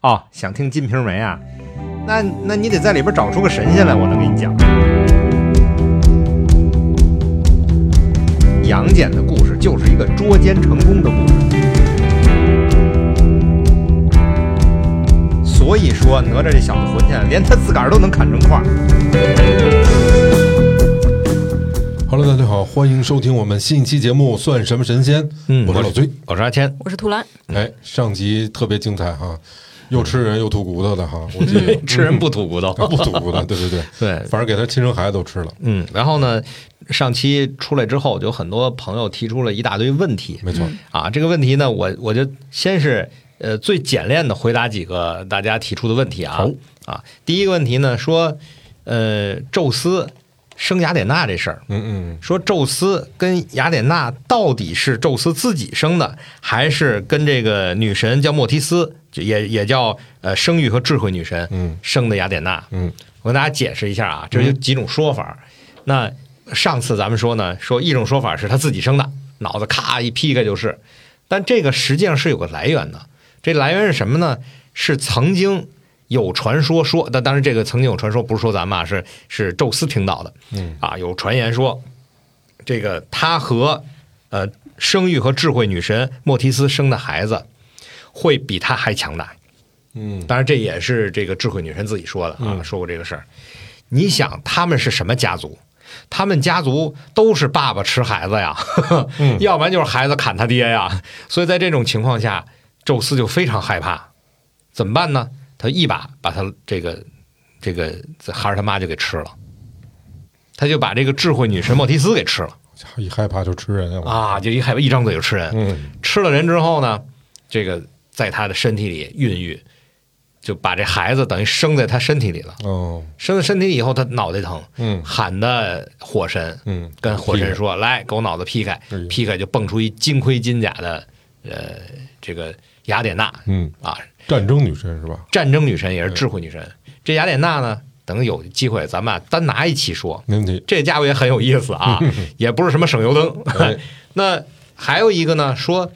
哦，想听《金瓶梅》啊？那那你得在里边找出个神仙来，我能给你讲。杨戬的故事就是一个捉奸成功的故事，所以说哪吒这小子混起来，连他自个儿都能砍成块儿。 Hello，大家好，欢迎收听我们新一期节目《算什么神仙》。嗯我是我是嗯老崔。我是阿谦，我是图兰，哎，上集特别精彩哈，又吃人又吐骨头的哈，我记 得 吃人不吐骨头。不吐骨头，对对对， 对，反正给他亲生孩子都吃了，嗯，然后呢，上期出来之后，就很多朋友提出了一大堆问题没错。啊。这个问题呢，我我就先是呃最简练的回答几个大家提出的问题啊好啊。第一个问题呢，说呃宙斯生雅典娜这事儿，嗯说宙斯跟雅典娜到底是宙斯自己生的，还是跟这个女神叫莫提斯，就也也叫呃生育和智慧女神嗯生的雅典娜？嗯我跟大家解释一下啊，这有几种说法。那上次咱们说呢，说一种说法是他自己生的，脑子咔一劈开就是，但这个实际上是有个来源的。这来源是什么呢？是曾经有传说说，但当然这个曾经有传说不是说咱们啊，是是宙斯听到的。嗯啊，有传言说，这个他和呃生育和智慧女神莫提斯生的孩子会比他还强大。嗯当然，这也是这个智慧女神自己说的啊，嗯说过这个事儿。你想，他们是什么家族？他们家族都是爸爸吃孩子呀，嗯 要不然就是孩子砍他爹呀。所以在这种情况下，宙斯就非常害怕，怎么办呢？他一把把他这个这个孩儿他妈就给吃了，他就把这个智慧女神莫提斯给吃了嗯，一害怕就吃人啊，啊，就一害怕一张嘴就吃人。嗯吃了人之后呢，这个在他的身体里孕育，就把这孩子等于生在他身体里了。哦生在身体里以后，他脑袋疼，嗯喊的火神，嗯，跟火神屁说：“来，给我脑子劈开哎呦！”劈开就蹦出一金盔金甲的，呃，这个雅典娜嗯，啊，战争女神是吧？战争女神也是智慧女神。嗯这雅典娜呢，等有机会咱们啊单拿一期说，没问题。这家伙也很有意思 啊，也不是什么省油灯。哎 那还有一个呢，说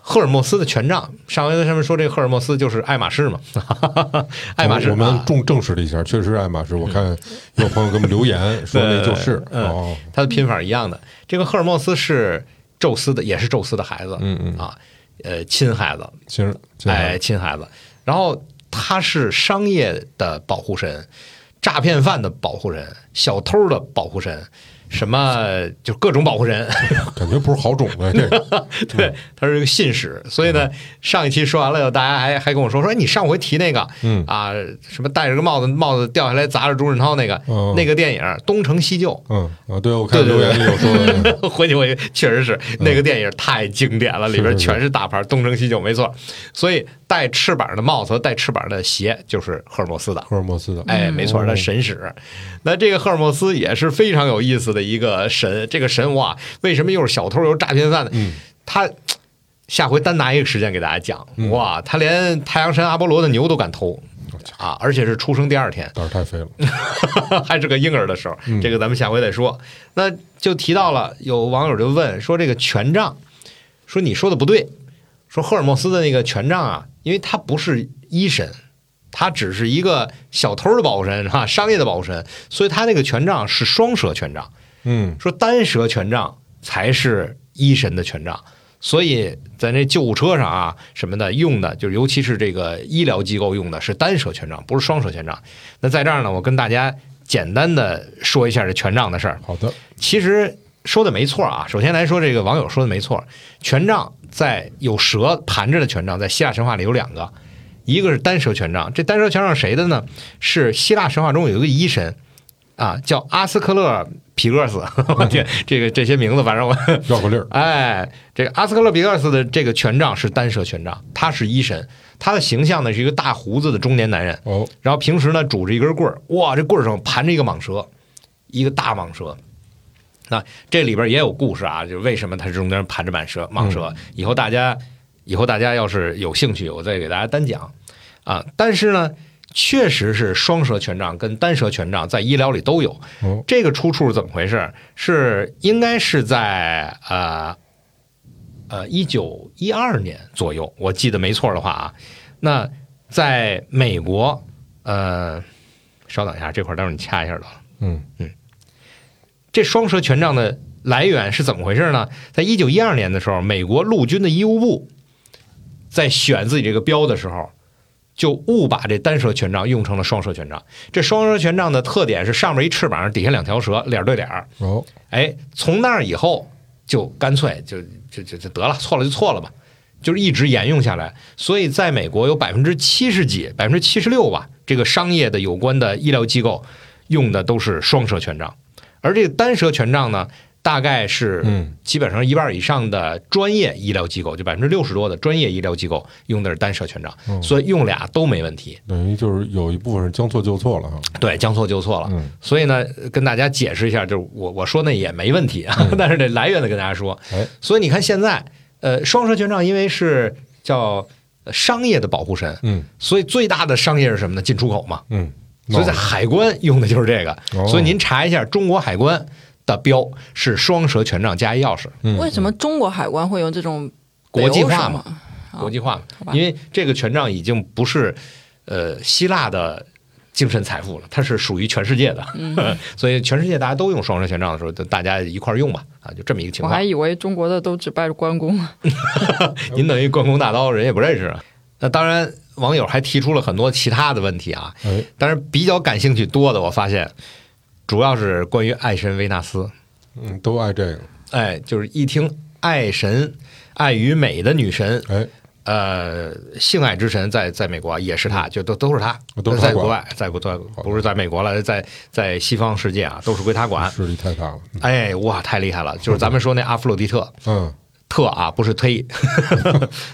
赫尔墨斯的权杖，上回他们说这个赫尔墨斯就是爱马仕嘛， 爱马仕我们啊，重证实了一下，确实是爱马仕。我看有朋友给我们留言说 那就是嗯哦，它的拼法一样的。这个赫尔墨斯是宙斯的，也是宙斯的孩子，嗯嗯，啊，呃，亲孩子，其实这样哎，亲孩子。然后他是商业的保护神，诈骗犯的保护神，小偷的保护神，什么就各种保护神。感觉不是好种类。这个 对，他是一个信使，所以呢，上一期说完了以后，大家还还跟我说说，哎，你上回提那个，嗯啊，什么戴着个帽子，帽子掉下来砸着朱振涛那个，嗯那个电影《东成西就 嗯啊，对，我看对留对言里有说的，》， 回去回去，确实是那个电影太经典了，里边全嗯是大牌，《东成西就》没错。所以带翅膀的帽子和带翅膀的鞋就是赫尔墨斯的。赫尔墨斯的，哎，没错，他嗯神使。那这个赫尔墨斯也是非常有意思的一个神，这个神哇，为什么又是小偷又是诈骗犯呢？嗯他下回单拿一个时间给大家讲。嗯哇，他连太阳神阿波罗的牛都敢偷我操啊！而且是出生第二天，胆儿太肥了。 还是个婴儿的时候，嗯这个咱们下回再说。那就提到了，有网友就问说，这个权杖，说你说的不对，说赫尔墨斯的那个权杖啊，因为他不是一神，他只是一个小偷的保护神哈、商业的保护神，所以他那个权杖是双蛇权杖，嗯，说单蛇权杖才是一神的权杖。所以在那救护车上啊什么的用的，就是尤其是这个医疗机构用的是单蛇权杖，不是双蛇权杖。那在这儿呢，我跟大家简单的说一下这权杖的事儿。好的，其实说的没错啊。首先来说，这个网友说的没错，权杖在有蛇盘着的权杖，在希腊神话里有两个，一个是单蛇权杖，这单蛇权杖谁的呢？是希腊神话中有一个医神啊，叫阿斯克勒皮厄斯， 这这个这些名字，反正我 绕个粒儿。哎，这个阿斯克勒比厄斯的这个权杖是单蛇权杖，他是医神，他的形象呢是一个大胡子的中年男人。哦，然后平时呢拄着一根棍儿，哇，这棍儿上盘着一个蟒蛇，一个大蟒蛇。那这里边也有故事啊，就是为什么它中间盘着蟒蛇？蟒蛇以后大家以后大家要是有兴趣，我再给大家单讲啊。但是呢，确实是双蛇权杖跟单蛇权杖在医疗里都有。哦这个出处是怎么回事？是应该是在呃呃一九一二年左右，我记得没错的话啊。那在美国，呃，稍等一下，这块儿待会儿你掐一下的。嗯这双蛇权杖的来源是怎么回事呢？在一九一二年的时候，美国陆军的医务部在选自己这个标的时候，就误把这单蛇权杖用成了双蛇权杖。这双蛇权杖的特点是上面一翅膀，底下两条蛇，脸对脸儿。哦，哎，从那儿以后就干脆就就就就得了，错了就错了吧，就是一直沿用下来。所以在美国有百分之七十几、百分之七十六吧，这个商业的有关的医疗机构用的都是双蛇权杖，而这个单蛇权杖呢，大概是嗯基本上一半以上的专业医疗机构，就百分之六十多的专业医疗机构用的是单蛇权杖，嗯所以用俩都没问题。等于就是有一部分是将错就错了哈。对，将错就错了。嗯所以呢，跟大家解释一下，就是我我说那也没问题啊， 但是得来源得跟大家说。嗯哎所以你看现在，呃，双蛇权杖因为是叫呃商业的保护神，嗯所以最大的商业是什么呢？进出口嘛。嗯，所以在海关用的就是这个。哦所以您查一下中国海关的标是双蛇权杖加一钥匙，嗯为什么中国海关会用这种北国际欧什化么？哦国际化嘛好吧因为这个权杖已经不是呃希腊的精神财富了，它是属于全世界的，嗯 所以全世界大家都用双蛇权杖的时候，就大家一块儿用吧，啊，就这么一个情我况还。以为中国的都只拜关公，您等于关公大刀，人也不认识。啊那当然，网友还提出了很多其他的问题啊，哎但是比较感兴趣多的，我发现主要是关于爱神维纳斯，嗯都爱这个哎，就是一听爱神、爱与美的女神，哎呃，性爱之神在在美国啊也是他，就都都是他，哦都是他在管国外，在国在不是在美国了，在在西方世界啊，都是归他 管。势力太大了。哎，哇，太厉害了！就是咱们说那阿弗洛狄特嗯特啊，不是忒，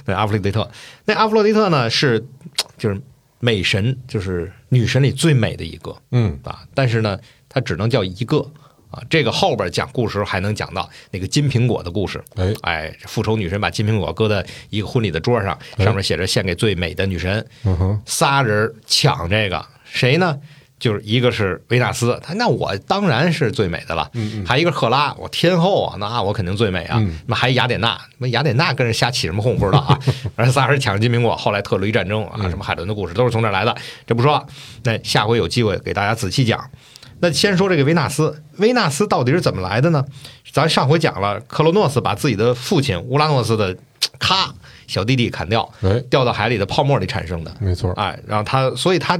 那阿弗洛狄特，那阿弗洛狄特呢是就是美神，就是女神里最美的一个嗯啊，但是呢，她只能叫一个啊。这个后边讲故事时候还能讲到那个金苹果的故事，哎哎，复仇女神把金苹果搁在一个婚礼的桌上，哎上面写着“献给最美的女神嗯哼”，仨人抢这个，谁呢？就是一个是维纳斯，他那我当然是最美的了，嗯还有一个是赫拉，我天后啊，那我肯定最美啊嗯。那还有雅典娜，那雅典娜跟人瞎起什么哄不知道 啊。而仨人抢金苹果，后来特洛伊战争啊，嗯什么海伦的故事都是从这儿来的，这不说了。那下回有机会给大家仔细讲。那先说这个维纳斯，维纳斯到底是怎么来的呢？咱上回讲了，克罗诺斯把自己的父亲乌拉诺斯的咔小弟弟砍掉，嗯哎掉到海里的泡沫里产生的。没错哎，然后他，所以他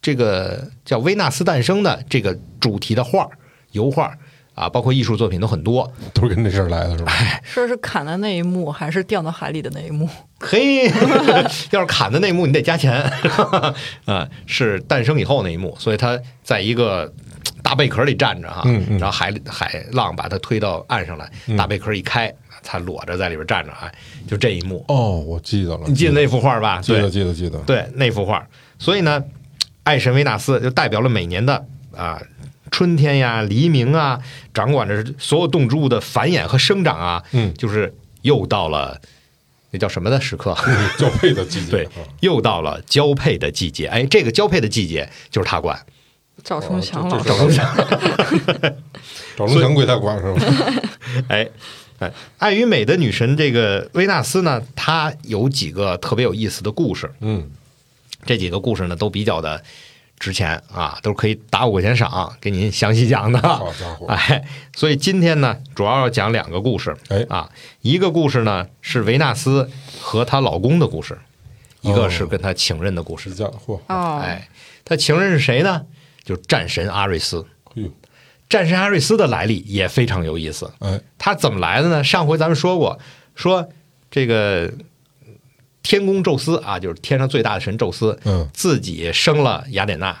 这个叫《维纳斯诞生》的这个主题的画儿、油画儿啊，包括艺术作品都很多。都是跟这事儿来的是吧？ 哎说是砍的那一幕，还是掉到海里的那一幕？嘿， 要是砍的那一幕，你得加钱 啊！是诞生以后那一幕，所以他在一个大贝壳里站着哈，嗯嗯嗯然后海海浪把他推到岸上来，大贝壳一开，他裸着在里边站着，哎，就这一幕，哦，我记得了，你记得那幅画吧？记对得，记得记得，对那幅画。所以呢，爱神维纳斯就代表了每年的啊、春天呀、黎明啊，掌管着所有动植物的繁衍和生长啊， 嗯，就是又到了那叫什么的时刻， 交配的季节，对啊又到了交配的季节。哎，这个交配的季节就是他管， 赵忠祥哦老师赵忠祥，赵忠祥归他管 是吧？哎。哎，爱与美的女神这个维纳斯呢，她有几个特别有意思的故事。嗯，这几个故事呢，都比较的值钱啊，都是可以打五块钱赏给您详细讲的。好家伙， 哎，所以今天呢，主要要讲两个故事。哎啊，一个故事呢是维纳斯和她老公的故事，一个哦是跟她情人的故这事。家伙，哦，哎，她情人是谁呢？就是战神阿瑞斯。哎呦，战神阿瑞斯的来历也非常有意思。哎，他怎么来的呢？上回咱们说过，说这个天宫宙斯啊，就是天上最大的神宙斯，嗯自己生了雅典娜，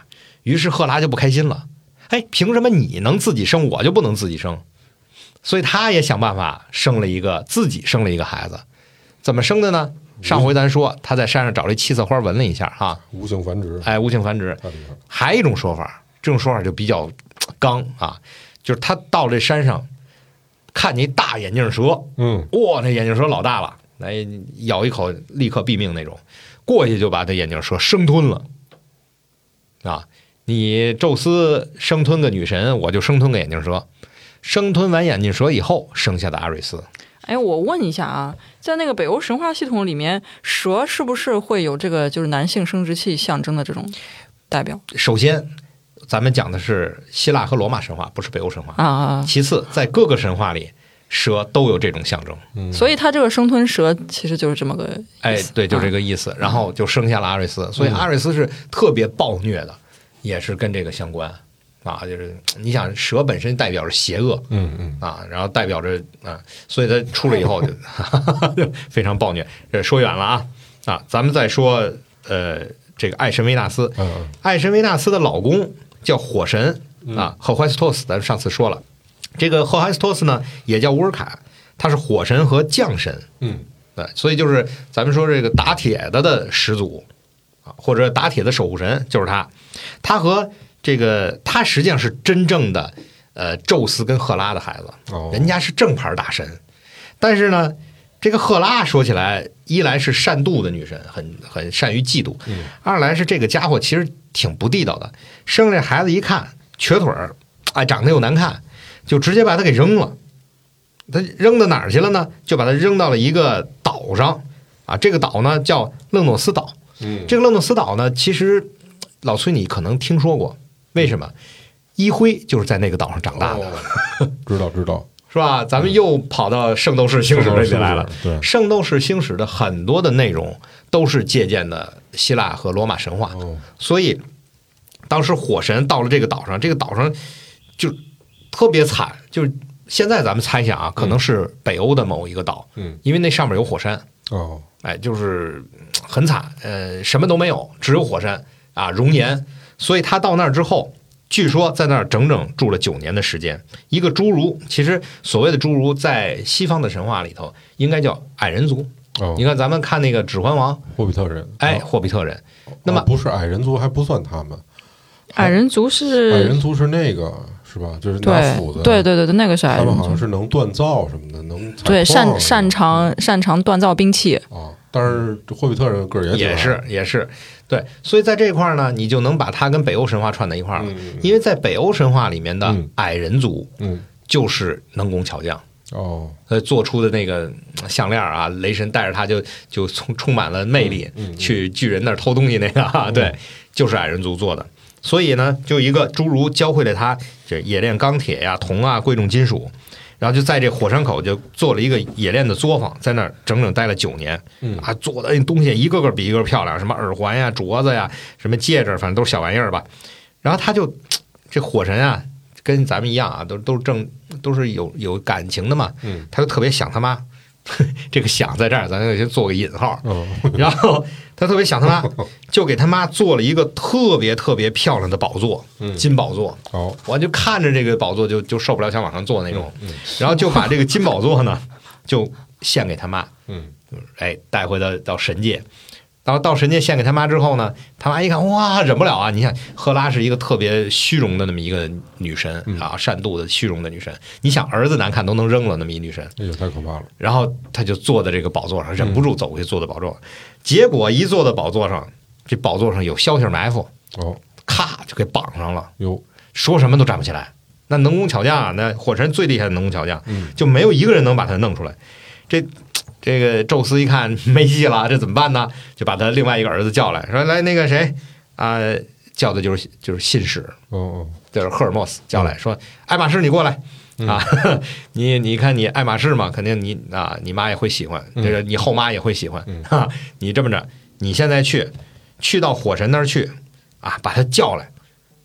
于是赫拉就不开心了。哎，凭什么你能自己生，我就不能自己生？所以他也想办法生了一个自己生了一个孩子，怎么生的呢？上回咱说他在山上找了一七色花闻了一下哈，无性繁殖，哎，无性繁殖。太厉害了，还有一种说法，这种说法就比较刚啊，就是他到这山上，看见一大眼镜蛇，嗯，哇，那眼镜蛇老大了，来咬一口立刻毙命那种，过去就把这眼镜蛇生吞了。啊，你宙斯生吞个女神，我就生吞个眼镜蛇。生吞完眼镜蛇以后，生下的阿瑞斯，哎，我问一下啊，在那个北欧神话系统里面，蛇是不是会有这个就是男性生殖器象征的这种代表首先，咱们讲的是希腊和罗马神话，不是北欧神话。啊啊？啊其次，在各个神话里，蛇都有这种象征。嗯，所以它这个生吞蛇其实就是这么个哎，对，就这个意思。然嗯后就生下了阿瑞斯，所以阿瑞斯是特别暴虐的，也是跟这个相关啊。就是你想，蛇本身代表着邪恶嗯嗯，啊，然后代表着啊，所以它出来以后就 就非常暴虐。这说远了啊啊，咱们再说呃，这个爱神维纳斯，嗯嗯爱神维纳斯的老公叫火神啊，赫淮斯托斯，咱们上次说了，这个赫淮斯托斯呢也叫乌尔坎，他是火神和降神，嗯，对，所以就是咱们说这个打铁的的始祖啊，或者打铁的守护神就是他，他和这个他实际上是真正的呃宙斯跟赫拉的孩子，哦，人家是正牌大神，但是呢，这个赫拉说起来，一来是善妒的女神，很很善于嫉妒；嗯二来是这个家伙其实挺不地道的，生这孩子一看瘸腿儿，哎，长得又难看，就直接把他给扔了。他扔到哪儿去了呢？就把他扔到了一个岛上啊，这个岛呢叫勒诺斯岛。嗯， 这个勒诺斯岛呢，其实老崔你可能听说过，为什么？一辉就是在那个岛上长大的。哦知道知道，是吧？咱们又跑到嗯圣斗士星矢这里来了。对，圣斗士星矢的很多的内容都是借鉴的希腊和罗马神话，哦，所以当时火神到了这个岛上，这个岛上就特别惨，就是现在咱们猜想啊，可能是北欧的某一个岛，嗯，因为那上面有火山，哦，哎，就是嗯很惨，呃，什么都没有，只有火山啊，熔岩。所以他到那儿之后，据说在那儿整整住了九年的时间。一个侏儒，其实所谓的侏儒，在西方的神话里头应该叫矮人族。哦你，看咱们看那个《指环王》，霍比特人，哎，啊，霍比特人，那啊么不是矮人族还不算他们，哎矮啊人族嗯啊矮是人族是那个是吧？就是拿对斧子，对对对对，那个是矮他人们好族像，是能锻造什么的，能采矿对擅什么擅的长擅长锻造兵器，啊，但是这霍比特人个儿也挺也矮是也是，对。所以在这块儿呢，你就能把它跟北欧神话串在一块儿了，嗯因为在北欧神话里面的嗯矮人族嗯就是能工巧匠。哦，呃做出的那个嗯项链啊，雷神带着他就就充充满了魅力，嗯嗯嗯嗯去巨人那儿偷东西那个，啊，对， 就是矮人族做的。所以呢，就一个侏儒教会了他这冶炼钢铁呀、铜啊、贵重金属，然后就在这火山口就做了一个冶炼的作坊，在那儿整整待了九年嗯啊，做的那东西一个个比一个漂亮，什么耳环呀、镯子呀、什么戒指，反正都是小玩意儿吧。然后他就这火神啊，跟咱们一样啊，都都是正都是有有感情的嘛，嗯他就特别想他妈。 这个想在这儿，咱就先做个引号。哦， 然后他特别想他妈，就给他妈做了一个特别特别漂亮的宝座，嗯金宝座。好，我就看着这个宝座就就受不了，想往上坐那嗯种。然后就把这个金宝座呢， 就献给他妈，嗯哎，带回到到神界。然后到神界献给他妈之后呢，他妈一看，哇，忍不了啊！你看，赫拉是一个特别虚荣的那么一个女神嗯啊，善妒的虚荣的女神。你想，儿子难看都能扔了，那么一女神。哎呦，太可怕了，然后他就坐在这个宝座上，忍不住走过去坐在宝座上，结果一坐在宝座上，这宝座上有消息埋伏，哦咔就给绑上了，哟，说什么都站不起来。那能工巧匠啊，那火神最厉害的能工巧匠，嗯就没有一个人能把他弄出来。这这个宙斯一看没戏了，这怎么办呢？就把他另外一个儿子叫来，说来那个谁啊、叫的就是就是信使，哦哦，就是赫尔墨斯叫来说：“爱马仕，你过来嗯啊！ 你你看你爱马仕嘛，肯定你啊，你妈也会喜欢，这个你后妈也会喜欢。 嗯哈、你这么着，你现在去，去到火神那儿去啊，把他叫来，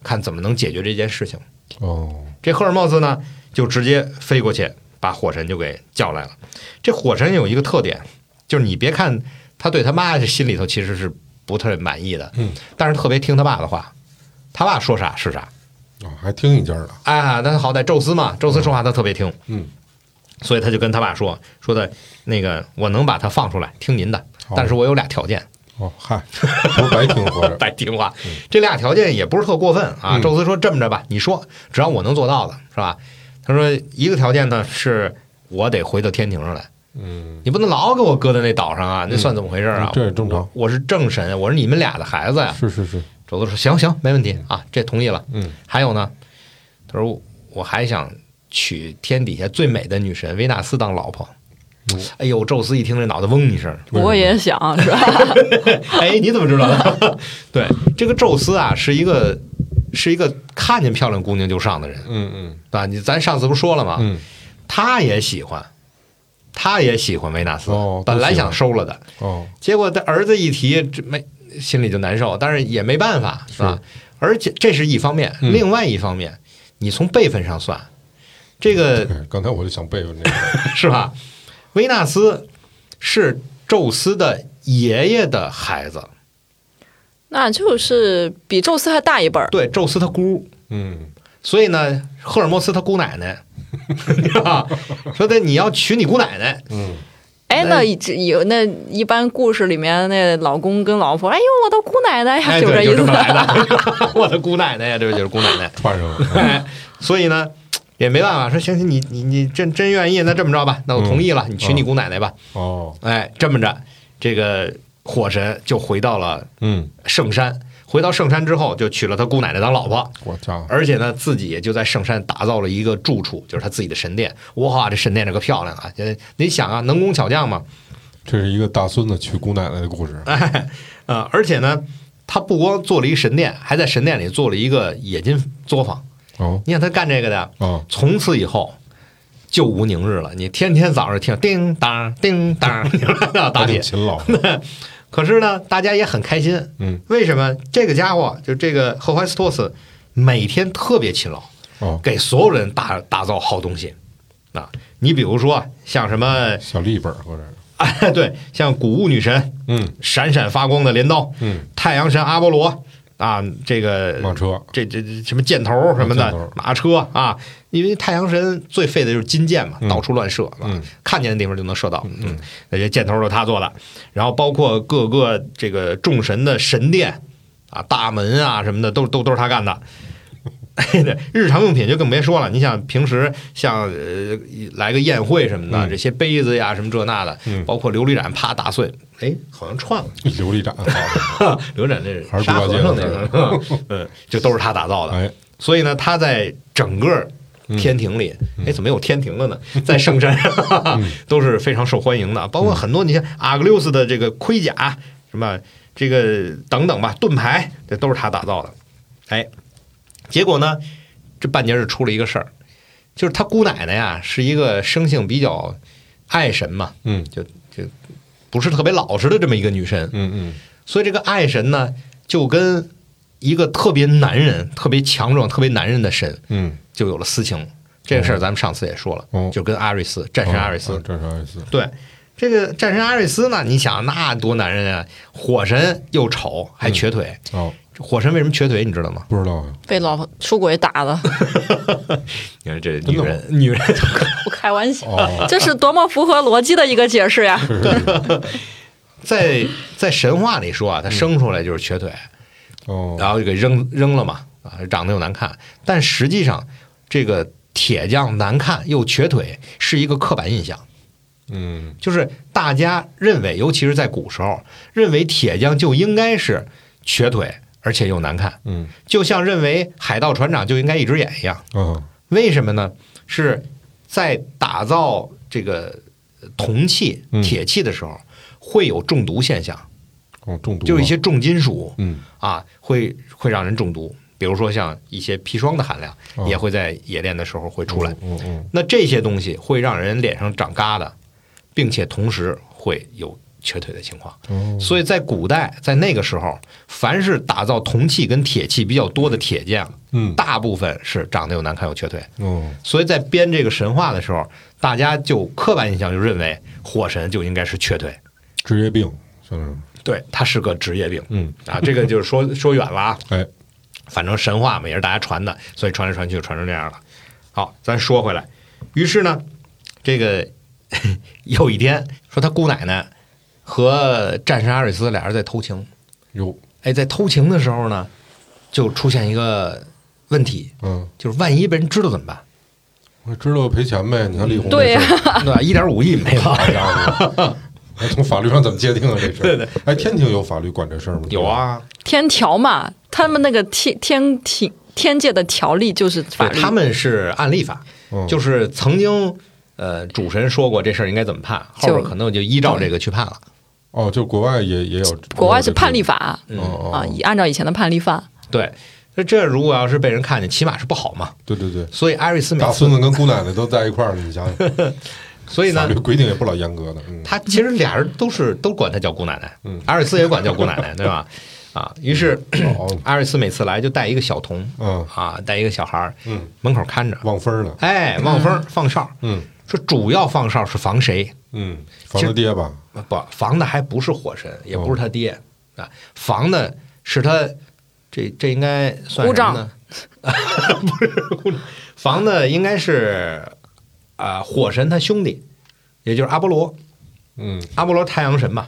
看怎么能解决这件事情。哦，这赫尔墨斯呢，就直接飞过去把火神就给叫来了。这火神有一个特点，就是你别看他对他妈心里头其实是不太满意的，嗯，但是特别听他爸的话，他爸说啥是啥。”哦还听一家的，哎，但是好歹宙斯嘛，宙斯说话他特别听，嗯，所以他就跟他爸说说的，那个我能把他放出来，听您的，好但是我有俩条件，哦，嗨，不是白听活着，白听话，这俩条件也不是特过分啊。嗯宙斯说这么着吧，你说，只要我能做到的，是吧？他说一个条件呢是我得回到天庭上来， 嗯，你不能老给我搁在那岛上啊，那算怎么回事啊？这也正常我，我是正神，我是你们俩的孩子呀、是是是，宙斯说行行，没问题啊，这同意了。嗯，还有呢，他说我还想娶天底下最美的女神维纳斯当老婆。哎呦，宙斯一听这脑袋嗡一声，为什么我也想 是吧？哎，你怎么知道的？ 对，这个宙斯啊，是一个是一个看见漂亮姑娘就上的人，嗯嗯对吧？你咱上次不说了吗？嗯，他也喜欢，他也喜欢维纳斯，哦本来想收了的，哦，结果他儿子一提，这没心里就难受，但是也没办法，是吧？而且这是一方面，嗯另外一方面，你从辈分上算，这 个哎刚才我就想背着那个，是吧？维纳斯是宙斯的爷爷的孩子，那就是比宙斯还大一辈儿。对，宙斯他姑，嗯，所以呢，赫尔墨斯他姑奶奶， 你知道吧说的你要娶你姑 奶奶，嗯哎，那那一直有那一般故事里面那老公跟老婆，哎呦，我的姑奶奶呀，哎，就对，这就意这么来思。的。 我的姑奶奶呀，这就是姑奶奶。串上了，哎， 所以呢，也没办法，说行行，你你你真真愿意，那这么着吧，那我同意了，你娶你姑奶奶吧。哦，哎，这么着，这个火神就回到了嗯，圣山。回到圣山之后，就娶了他姑奶奶当老婆，我家伙，而且呢，自己也就在圣山打造了一个住处，就是他自己的神殿。哇，这神殿这个漂亮啊！呃你想啊，能工巧匠嘛，这是一个大孙子娶姑奶奶的故事，哎，呃，而且呢，他不光做了一神殿，还在神殿里做了一个冶金作坊。哦你看他干这个的，哦，从此以后就无宁日了。你天天早上听叮当叮当打挺铁，勤劳，可是呢，大家也很开心。嗯，为什么？这个家伙就这个赫淮斯托斯，每天特别勤劳，哦，给所有人打打造好东西。啊，你比如说像什么， 小立本儿合着，哎，对，像古物女神嗯闪闪发光的镰刀，嗯，太阳神阿波罗啊，这个马车，这这这什么箭头什么啊箭的头，马车啊，因为太阳神最废的就是金箭嘛，嗯到处乱射，啊嗯看见的地方就能射到。嗯，那些箭头都是他做的，然后包括各个这个众神的神殿啊、大门啊什么的，都都都是他干的。 对日常用品就更别说了，你想平时像呃来个宴会什么的，嗯这些杯子呀什么这那的，嗯包括琉璃盏啪打碎，哎，好像 串了。琉 璃盏，刘展这还是沙猪八和戒尚那的个， 嗯，就都是他打造的。哎，所以呢，他在整个天庭里，哎，怎么有天庭了呢？在圣山上都是非常受欢迎的，包括很多你像阿格琉斯的这个盔甲，什么这个等等吧，盾牌，这都是他打造的。哎，结果呢，这半截儿就出了一个事儿，就是他姑奶奶呀，是一个生性比较爱神嘛，嗯不是特别老实的这么一个女神，嗯嗯，所以这个爱神呢，就跟一个特别男人、特别强壮、特别男人的神嗯，就有了私情。这个事儿咱们上次也说了，哦就跟阿瑞斯战神阿瑞斯，哦战神阿瑞斯，对这个战神阿瑞斯呢，你想那多男人啊！火神又丑还瘸腿，哦，火神为什么瘸腿你知道吗？不知道啊， 被老婆出轨 打的，你看这真女的吗人，女人不开玩笑，哦，这是多么符合逻辑的一个解释 呀！在在神话里说啊，她生出来就是瘸腿，哦，然后就给扔扔了嘛，啊，长得又难看。但实际上，这个铁匠难看又瘸腿是一个刻板印象，嗯，就是大家认为，尤其是在古时候，认为铁匠就应该是瘸腿，而且又难看，嗯，就像认为海盗船长就应该一只眼一样。哦，为什么呢？是在打造这个铜器嗯、铁器的时候，会有中毒现象，哦，中毒，就有一，些重金属，嗯，啊，会会让人中毒。比如说像一些砒霜的含量，哦也会在冶炼的时候会出来。嗯嗯，那这些东西会让人脸上长疙瘩，并且同时会有瘸腿的情况。嗯哦，所以在古代，在那个时候，凡是打造铜器跟铁器比较多的铁匠，嗯，大部分是长得又难看又瘸腿。哦，所以在编这个神话的时候，大家就刻板印象就认为火神就应该是瘸腿，职业病，算是，对，他是个职业病嗯，啊。这个就是说说远了啊，哎，反正神话嘛，也是大家传的，所以传来传去就传成这样了。好，咱说回来，于是呢， 这个 有一天说他姑奶奶和战神阿瑞斯俩人在偷情，有，哎，在偷情的时候呢，就出现一个问题，嗯，就是万一被人知道怎么 办？我知道赔钱呗，你看离婚，对呀呀，对啊吧？一点五亿没了。好家伙，那哎从法律上怎么界定啊？这事，对对，哎，天庭有法律管这事儿吗？有，啊，天条嘛，他们那个天天庭天界的条例就是法对，律，他们是按立法，嗯，就是曾经呃，主神说过这事儿应该怎么判，后边就可能我就依照这个去判了。哦，就国外也也有，国外是也有这判例法种，嗯哦啊，哦，以按照以前的判例法，对，那这如果要是被人看见，起码是不好嘛。对对对，所以艾瑞斯每大次孙，子跟姑奶奶都在一块儿了，你想 想，所以法呢律，规定也不老严格的，嗯，他其实俩人都是都管他叫姑奶奶，嗯艾瑞斯也管叫姑奶奶，对吧？啊，于 是哦，艾瑞斯每次来就带一个小童嗯啊，带一个小孩儿，嗯，门口看着，忘分儿了，哎，望风放哨，嗯说主要放哨是防谁？嗯，房子爹吧，不，防的还不是火神，也不是他爹哦啊，防的是他这这应该算什么姑丈呢？ 不是姑丈，防的应该是啊、火神他兄弟，也就是阿波罗，嗯阿波罗太阳神嘛。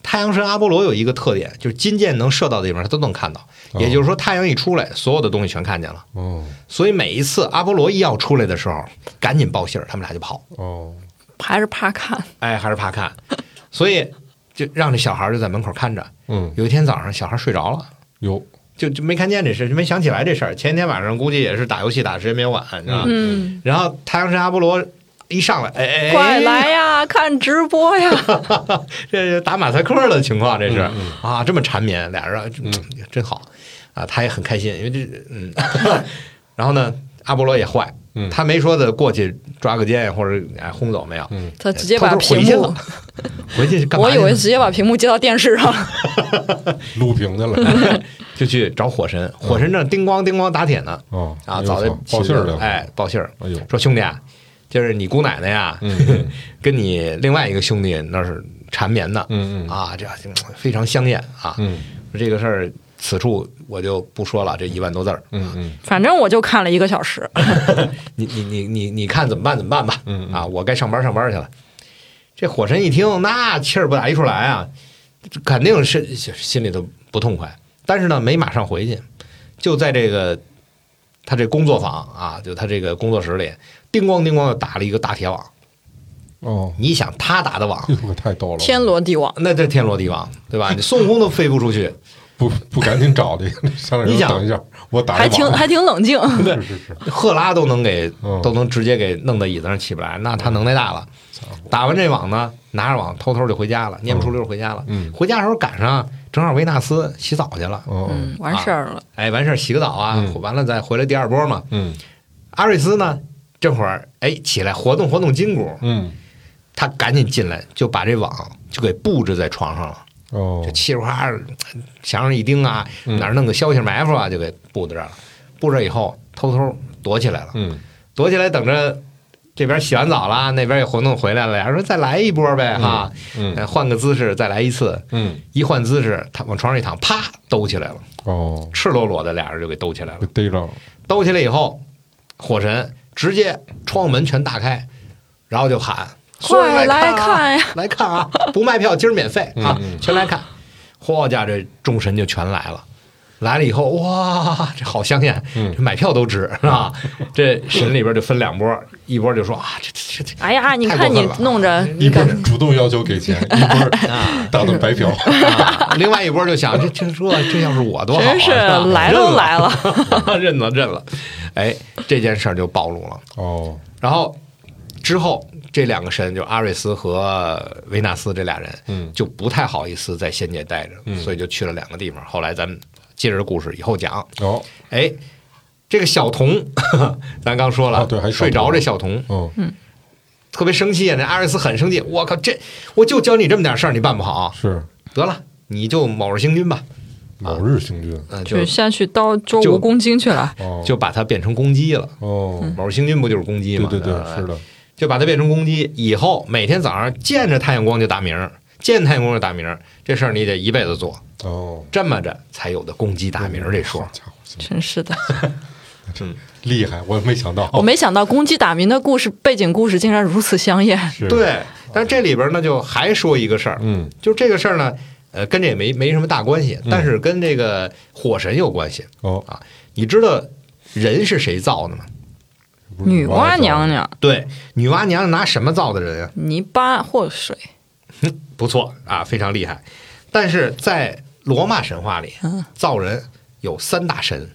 太阳神阿波罗有一个特点，就是金箭能射到的地方他都能看到，哦也就是说太阳一出来，所有的东西全看见了。哦所以每一次阿波罗一要出来的时候，赶紧报信儿，他们俩就跑。哦，还是怕看，哎，还是怕看，所以就让这小孩儿就在门口看着。嗯，有一天早上，小孩儿睡着了，有，就就没看见这事，就没想起来这事儿。前一天晚上估计也是打游戏打得时间比较晚，你知道吗？嗯，然后太阳神阿波罗一上来，哎哎，快来呀，看直 播呀，这是打马赛克的情况，这是、嗯啊，这么缠绵，俩人、嗯、真好啊，他也很开心，因为这嗯， 然后呢，阿波罗也坏，嗯他没说的过去抓个奸或者哎轰走没有，嗯他呃直接偷把偷回屏去幕了，， 回去干嘛我去以呢？为直接把屏幕接到电视上了， 录 屏去了，就去找火神，火神正叮咣叮咣打铁呢，哦，啊，早就报信儿去了，哎，报信儿哎呦，说兄弟啊，就是你姑奶奶呀，嗯嗯 跟你另外一个兄弟那是缠绵的，嗯嗯啊，这非常香艳啊，嗯这个事儿此处我就不说了，这一万多字儿，嗯嗯，反正我就看了一个小时，哦 你你你你你看怎么办怎么办吧，嗯嗯啊，我该上班上班去了。这火神一听，那气儿不打一处来啊，这肯定是心里头不痛快。但是呢，没马上回去，就在这个他这工作坊啊，就他这个工作室里，叮咣叮咣的打了一个大铁网。哦，你想他打的网，这可太逗了，天罗地网，那这天罗地网，对吧？你孙悟空都飞不出去。不不赶紧找这个，上来你说想等一下，我打一还挺网还挺冷静，嗯 是是是，赫拉都能给嗯都能直接给弄到椅子上起不来，那他能耐大了。嗯打完这网呢，拿着网偷偷就回家了，念不出溜回家了。嗯回家的时候赶上正好维纳斯洗澡去了，哦嗯，完事儿了，哎，完事儿洗个澡啊，嗯完了再回来第二波嘛。嗯阿瑞斯呢，这会儿哎起来活动活动筋骨，嗯他赶紧进来就把这网就给布置在床上了，哦就，气哗哗墙上一钉啊，嗯哪儿弄个消息埋伏啊，就给布置这儿了。布置以后偷偷躲起来了。嗯躲起来等着这边洗完澡啦，那边也活动回来了，俩人说再来一波呗哈，嗯呃换个姿势再来一次。嗯一换姿势，他往床上一躺，啪兜起来了，哦，赤裸裸的俩人就给兜起来了被。逮着了，兜起来以后，火神直接窗门全打开，然后就喊：“所有人快来来啊，看呀！来看啊！不卖票，今儿免费啊嗯嗯，全来看。”嚯家这众神就全来了。来了以后，哇，这好香艳，嗯这买票都值啊！这神里边就分两波，一波就说啊，这这这哎呀，你太看过分你了弄着，一你波看是主动要求 给钱，一波是啊 打的 白嫖，啊，另外一波就想，这听说这要是我多好、啊，真是吧来都来了，认了认了，哎，这件事儿就暴露了。哦，然后之后这两个神，就阿瑞斯和维纳斯这俩人，嗯就不太好意思在仙界待着，嗯所以就去了两个地方。后来咱们接着这故事以后讲。哦，哎，这个小童， 咱刚说了，哦对还有小童睡着这小童哦，嗯特别生气啊，那阿瑞斯很生气，我靠，这我就教你这么点事儿，你办不好，是得了，你就某日行军吧，某日行军，嗯、 就去先去刀捉就蜈蚣精去了，哦，啊就嗯把它变成公鸡了。哦，某日行军不就是公鸡对吗？对对，吧是的，就把它变成公鸡，以后每天早上见着太阳光就打鸣儿，见太阳光就打鸣儿，这事儿你得一辈子做，哦，这么着才有的公鸡打鸣儿这说好。家伙，行真是的。厉害，我没想到哦我，没想到公鸡打鸣的故事背景故事竟然如此香艳。嗯是，对，但这里边呢就还说一个事儿，嗯，就这个事儿呢，呃，跟这也没没什么大关系，但是跟这个火神有关系。哦，你知道人是谁造的吗？嗯不是女娲娘，娘，对，女娲娘娘拿什么造的人啊？泥巴或水，不错啊，非常厉害。但是在罗马神话里嗯，造人有三大神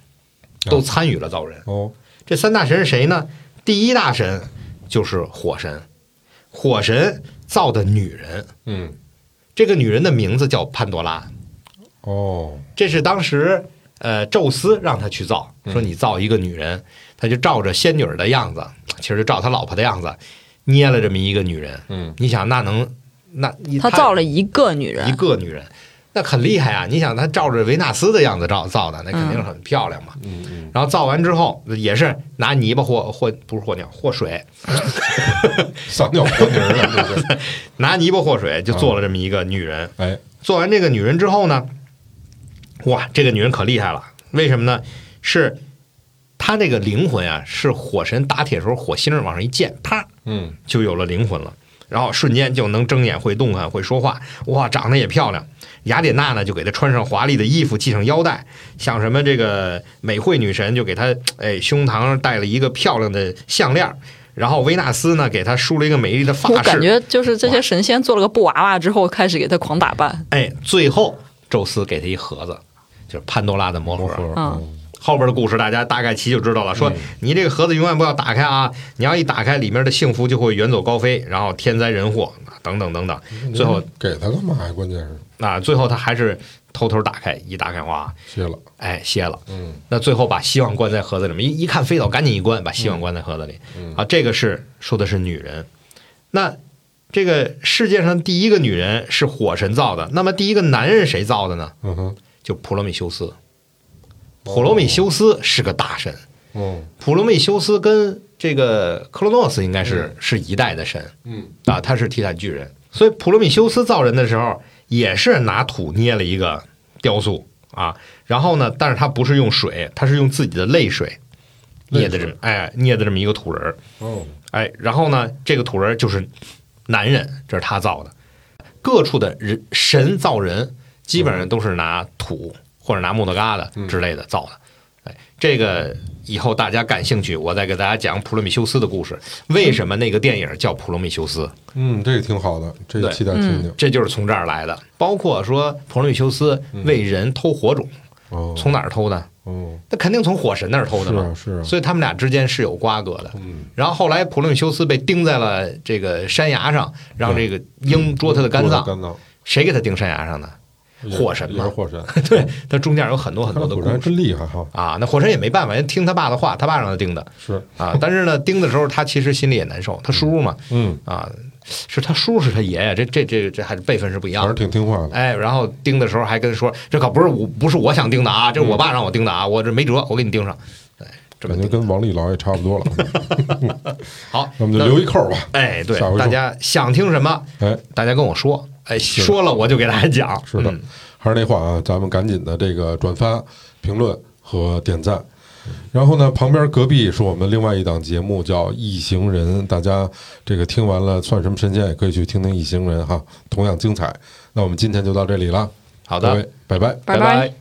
都参与了造人。哦，这三大神是谁呢？第一大神就是火神，火神造的女人，嗯，这个女人的名字叫潘多拉，哦，这是当时呃宙斯让他去造，说你造一个女人，他就照着仙女儿的样子，其实就照他老婆的样子捏了这么一个女人，嗯，你想那能那你他造了一个女人一，个女人，那很厉害啊！你想，她照着维纳斯的样子造造的，那肯定嗯很漂亮嘛。嗯嗯，然后造完之后，也是拿泥巴和和不是和尿和水，撒尿泼泥儿了，对不对？拿泥巴和水就做了这么一个女人。哎，做完这个女人之后呢，哇，这个女人可厉害了！为什么呢？是她那个灵魂啊，是火神打铁时候火星儿往上一溅，啪嗯就有了灵魂了。然后瞬间就能睁眼、会动啊弹、会说话，哇，长得也漂亮。雅典娜呢，就给她穿上华丽的衣服，系上腰带，像什么这个美惠女神就给她哎胸膛上戴了一个漂亮的项链儿，然后维纳斯呢给她梳了一个美丽的发我饰，感觉就是这哇些神仙做了个布娃娃之后，开始给他狂打扮。哎，最后宙斯给她一盒子，就是潘多拉的魔盒。盒嗯嗯后边的故事大家大概其就知道了。说你这个盒子永远不要打开啊！你要一打开，里面的幸福就会远走高飞，然后天灾人祸等等等等。最后给他干嘛呀？关键是那最后他还是偷偷打开，一打开哇，谢了，哎，歇了。嗯那最后把希望关在盒子里面，一一看飞到，赶紧一关，把希望关在盒子里。嗯啊，这个是说的是女人。那这个世界上第一个女人是火神造的，那么第一个男人谁造的呢？嗯哼，就普罗米修斯。普罗米修斯是个大神，嗯普罗米修斯跟这个克罗诺斯应该是是一代的神嗯啊，他是替代巨人。所以普罗米修斯造人的时候，也是拿土捏了一个雕塑啊，然后呢，但是他不是用水，他是用自己的泪水捏的这么哎捏的这么一个土人儿，哦，哎，然后呢，这个土人就是男人，这是他造的。各处的人神造人，基本上都是拿土或者拿木头疙瘩之类的造的。哎，这个以后大家感兴趣，我再给大家讲普罗米修斯的故事。为什么那个电影叫《普罗米修斯》？嗯，这个挺好的，这个对期待听听。这就是从这儿来的。包括说普罗米修斯为人偷火种，哦，嗯从哪儿偷的？哦，那肯定从火神那儿偷的是啊嘛。是啊，所以他们俩之间是有瓜葛的。嗯，然后后来普罗米修斯被钉在了这个山崖上，让这个鹰捉他的肝脏。肝脏，谁给他钉山崖上的？ 也火神也嘛是火 神，对，他中间有很多很多看 的火故神还事真厉害哈，啊。那火神也没办法，人听他爸的话，他爸让他钉的是， 啊。但是呢，钉的时候他其实心里也难受，他叔嘛嗯，啊，是他叔是他爷爷，这这这这还是辈分是不一反样正的。挺听话的，哎，然后钉的时候还跟说，这可不是我，不是我想钉的啊，这是我爸让我钉的啊，我这没辙，我给你钉上。哎，这么嗯感觉钉跟王力老也差不多了，好，那我们就那留一扣吧。哎，对下回，说大家想听什么？哎，大家跟我说，哎，的说了我就给大家讲。是的，嗯还是那话啊，咱们赶紧的这个转发、评论和点赞。然后呢，旁边隔壁是我们另外一档节目，叫《异行人》，大家这个听完了算什么神仙，也可以去听听《异行人》哈，同样精彩。那我们今天就到这里了，好各的，位，拜拜。拜拜。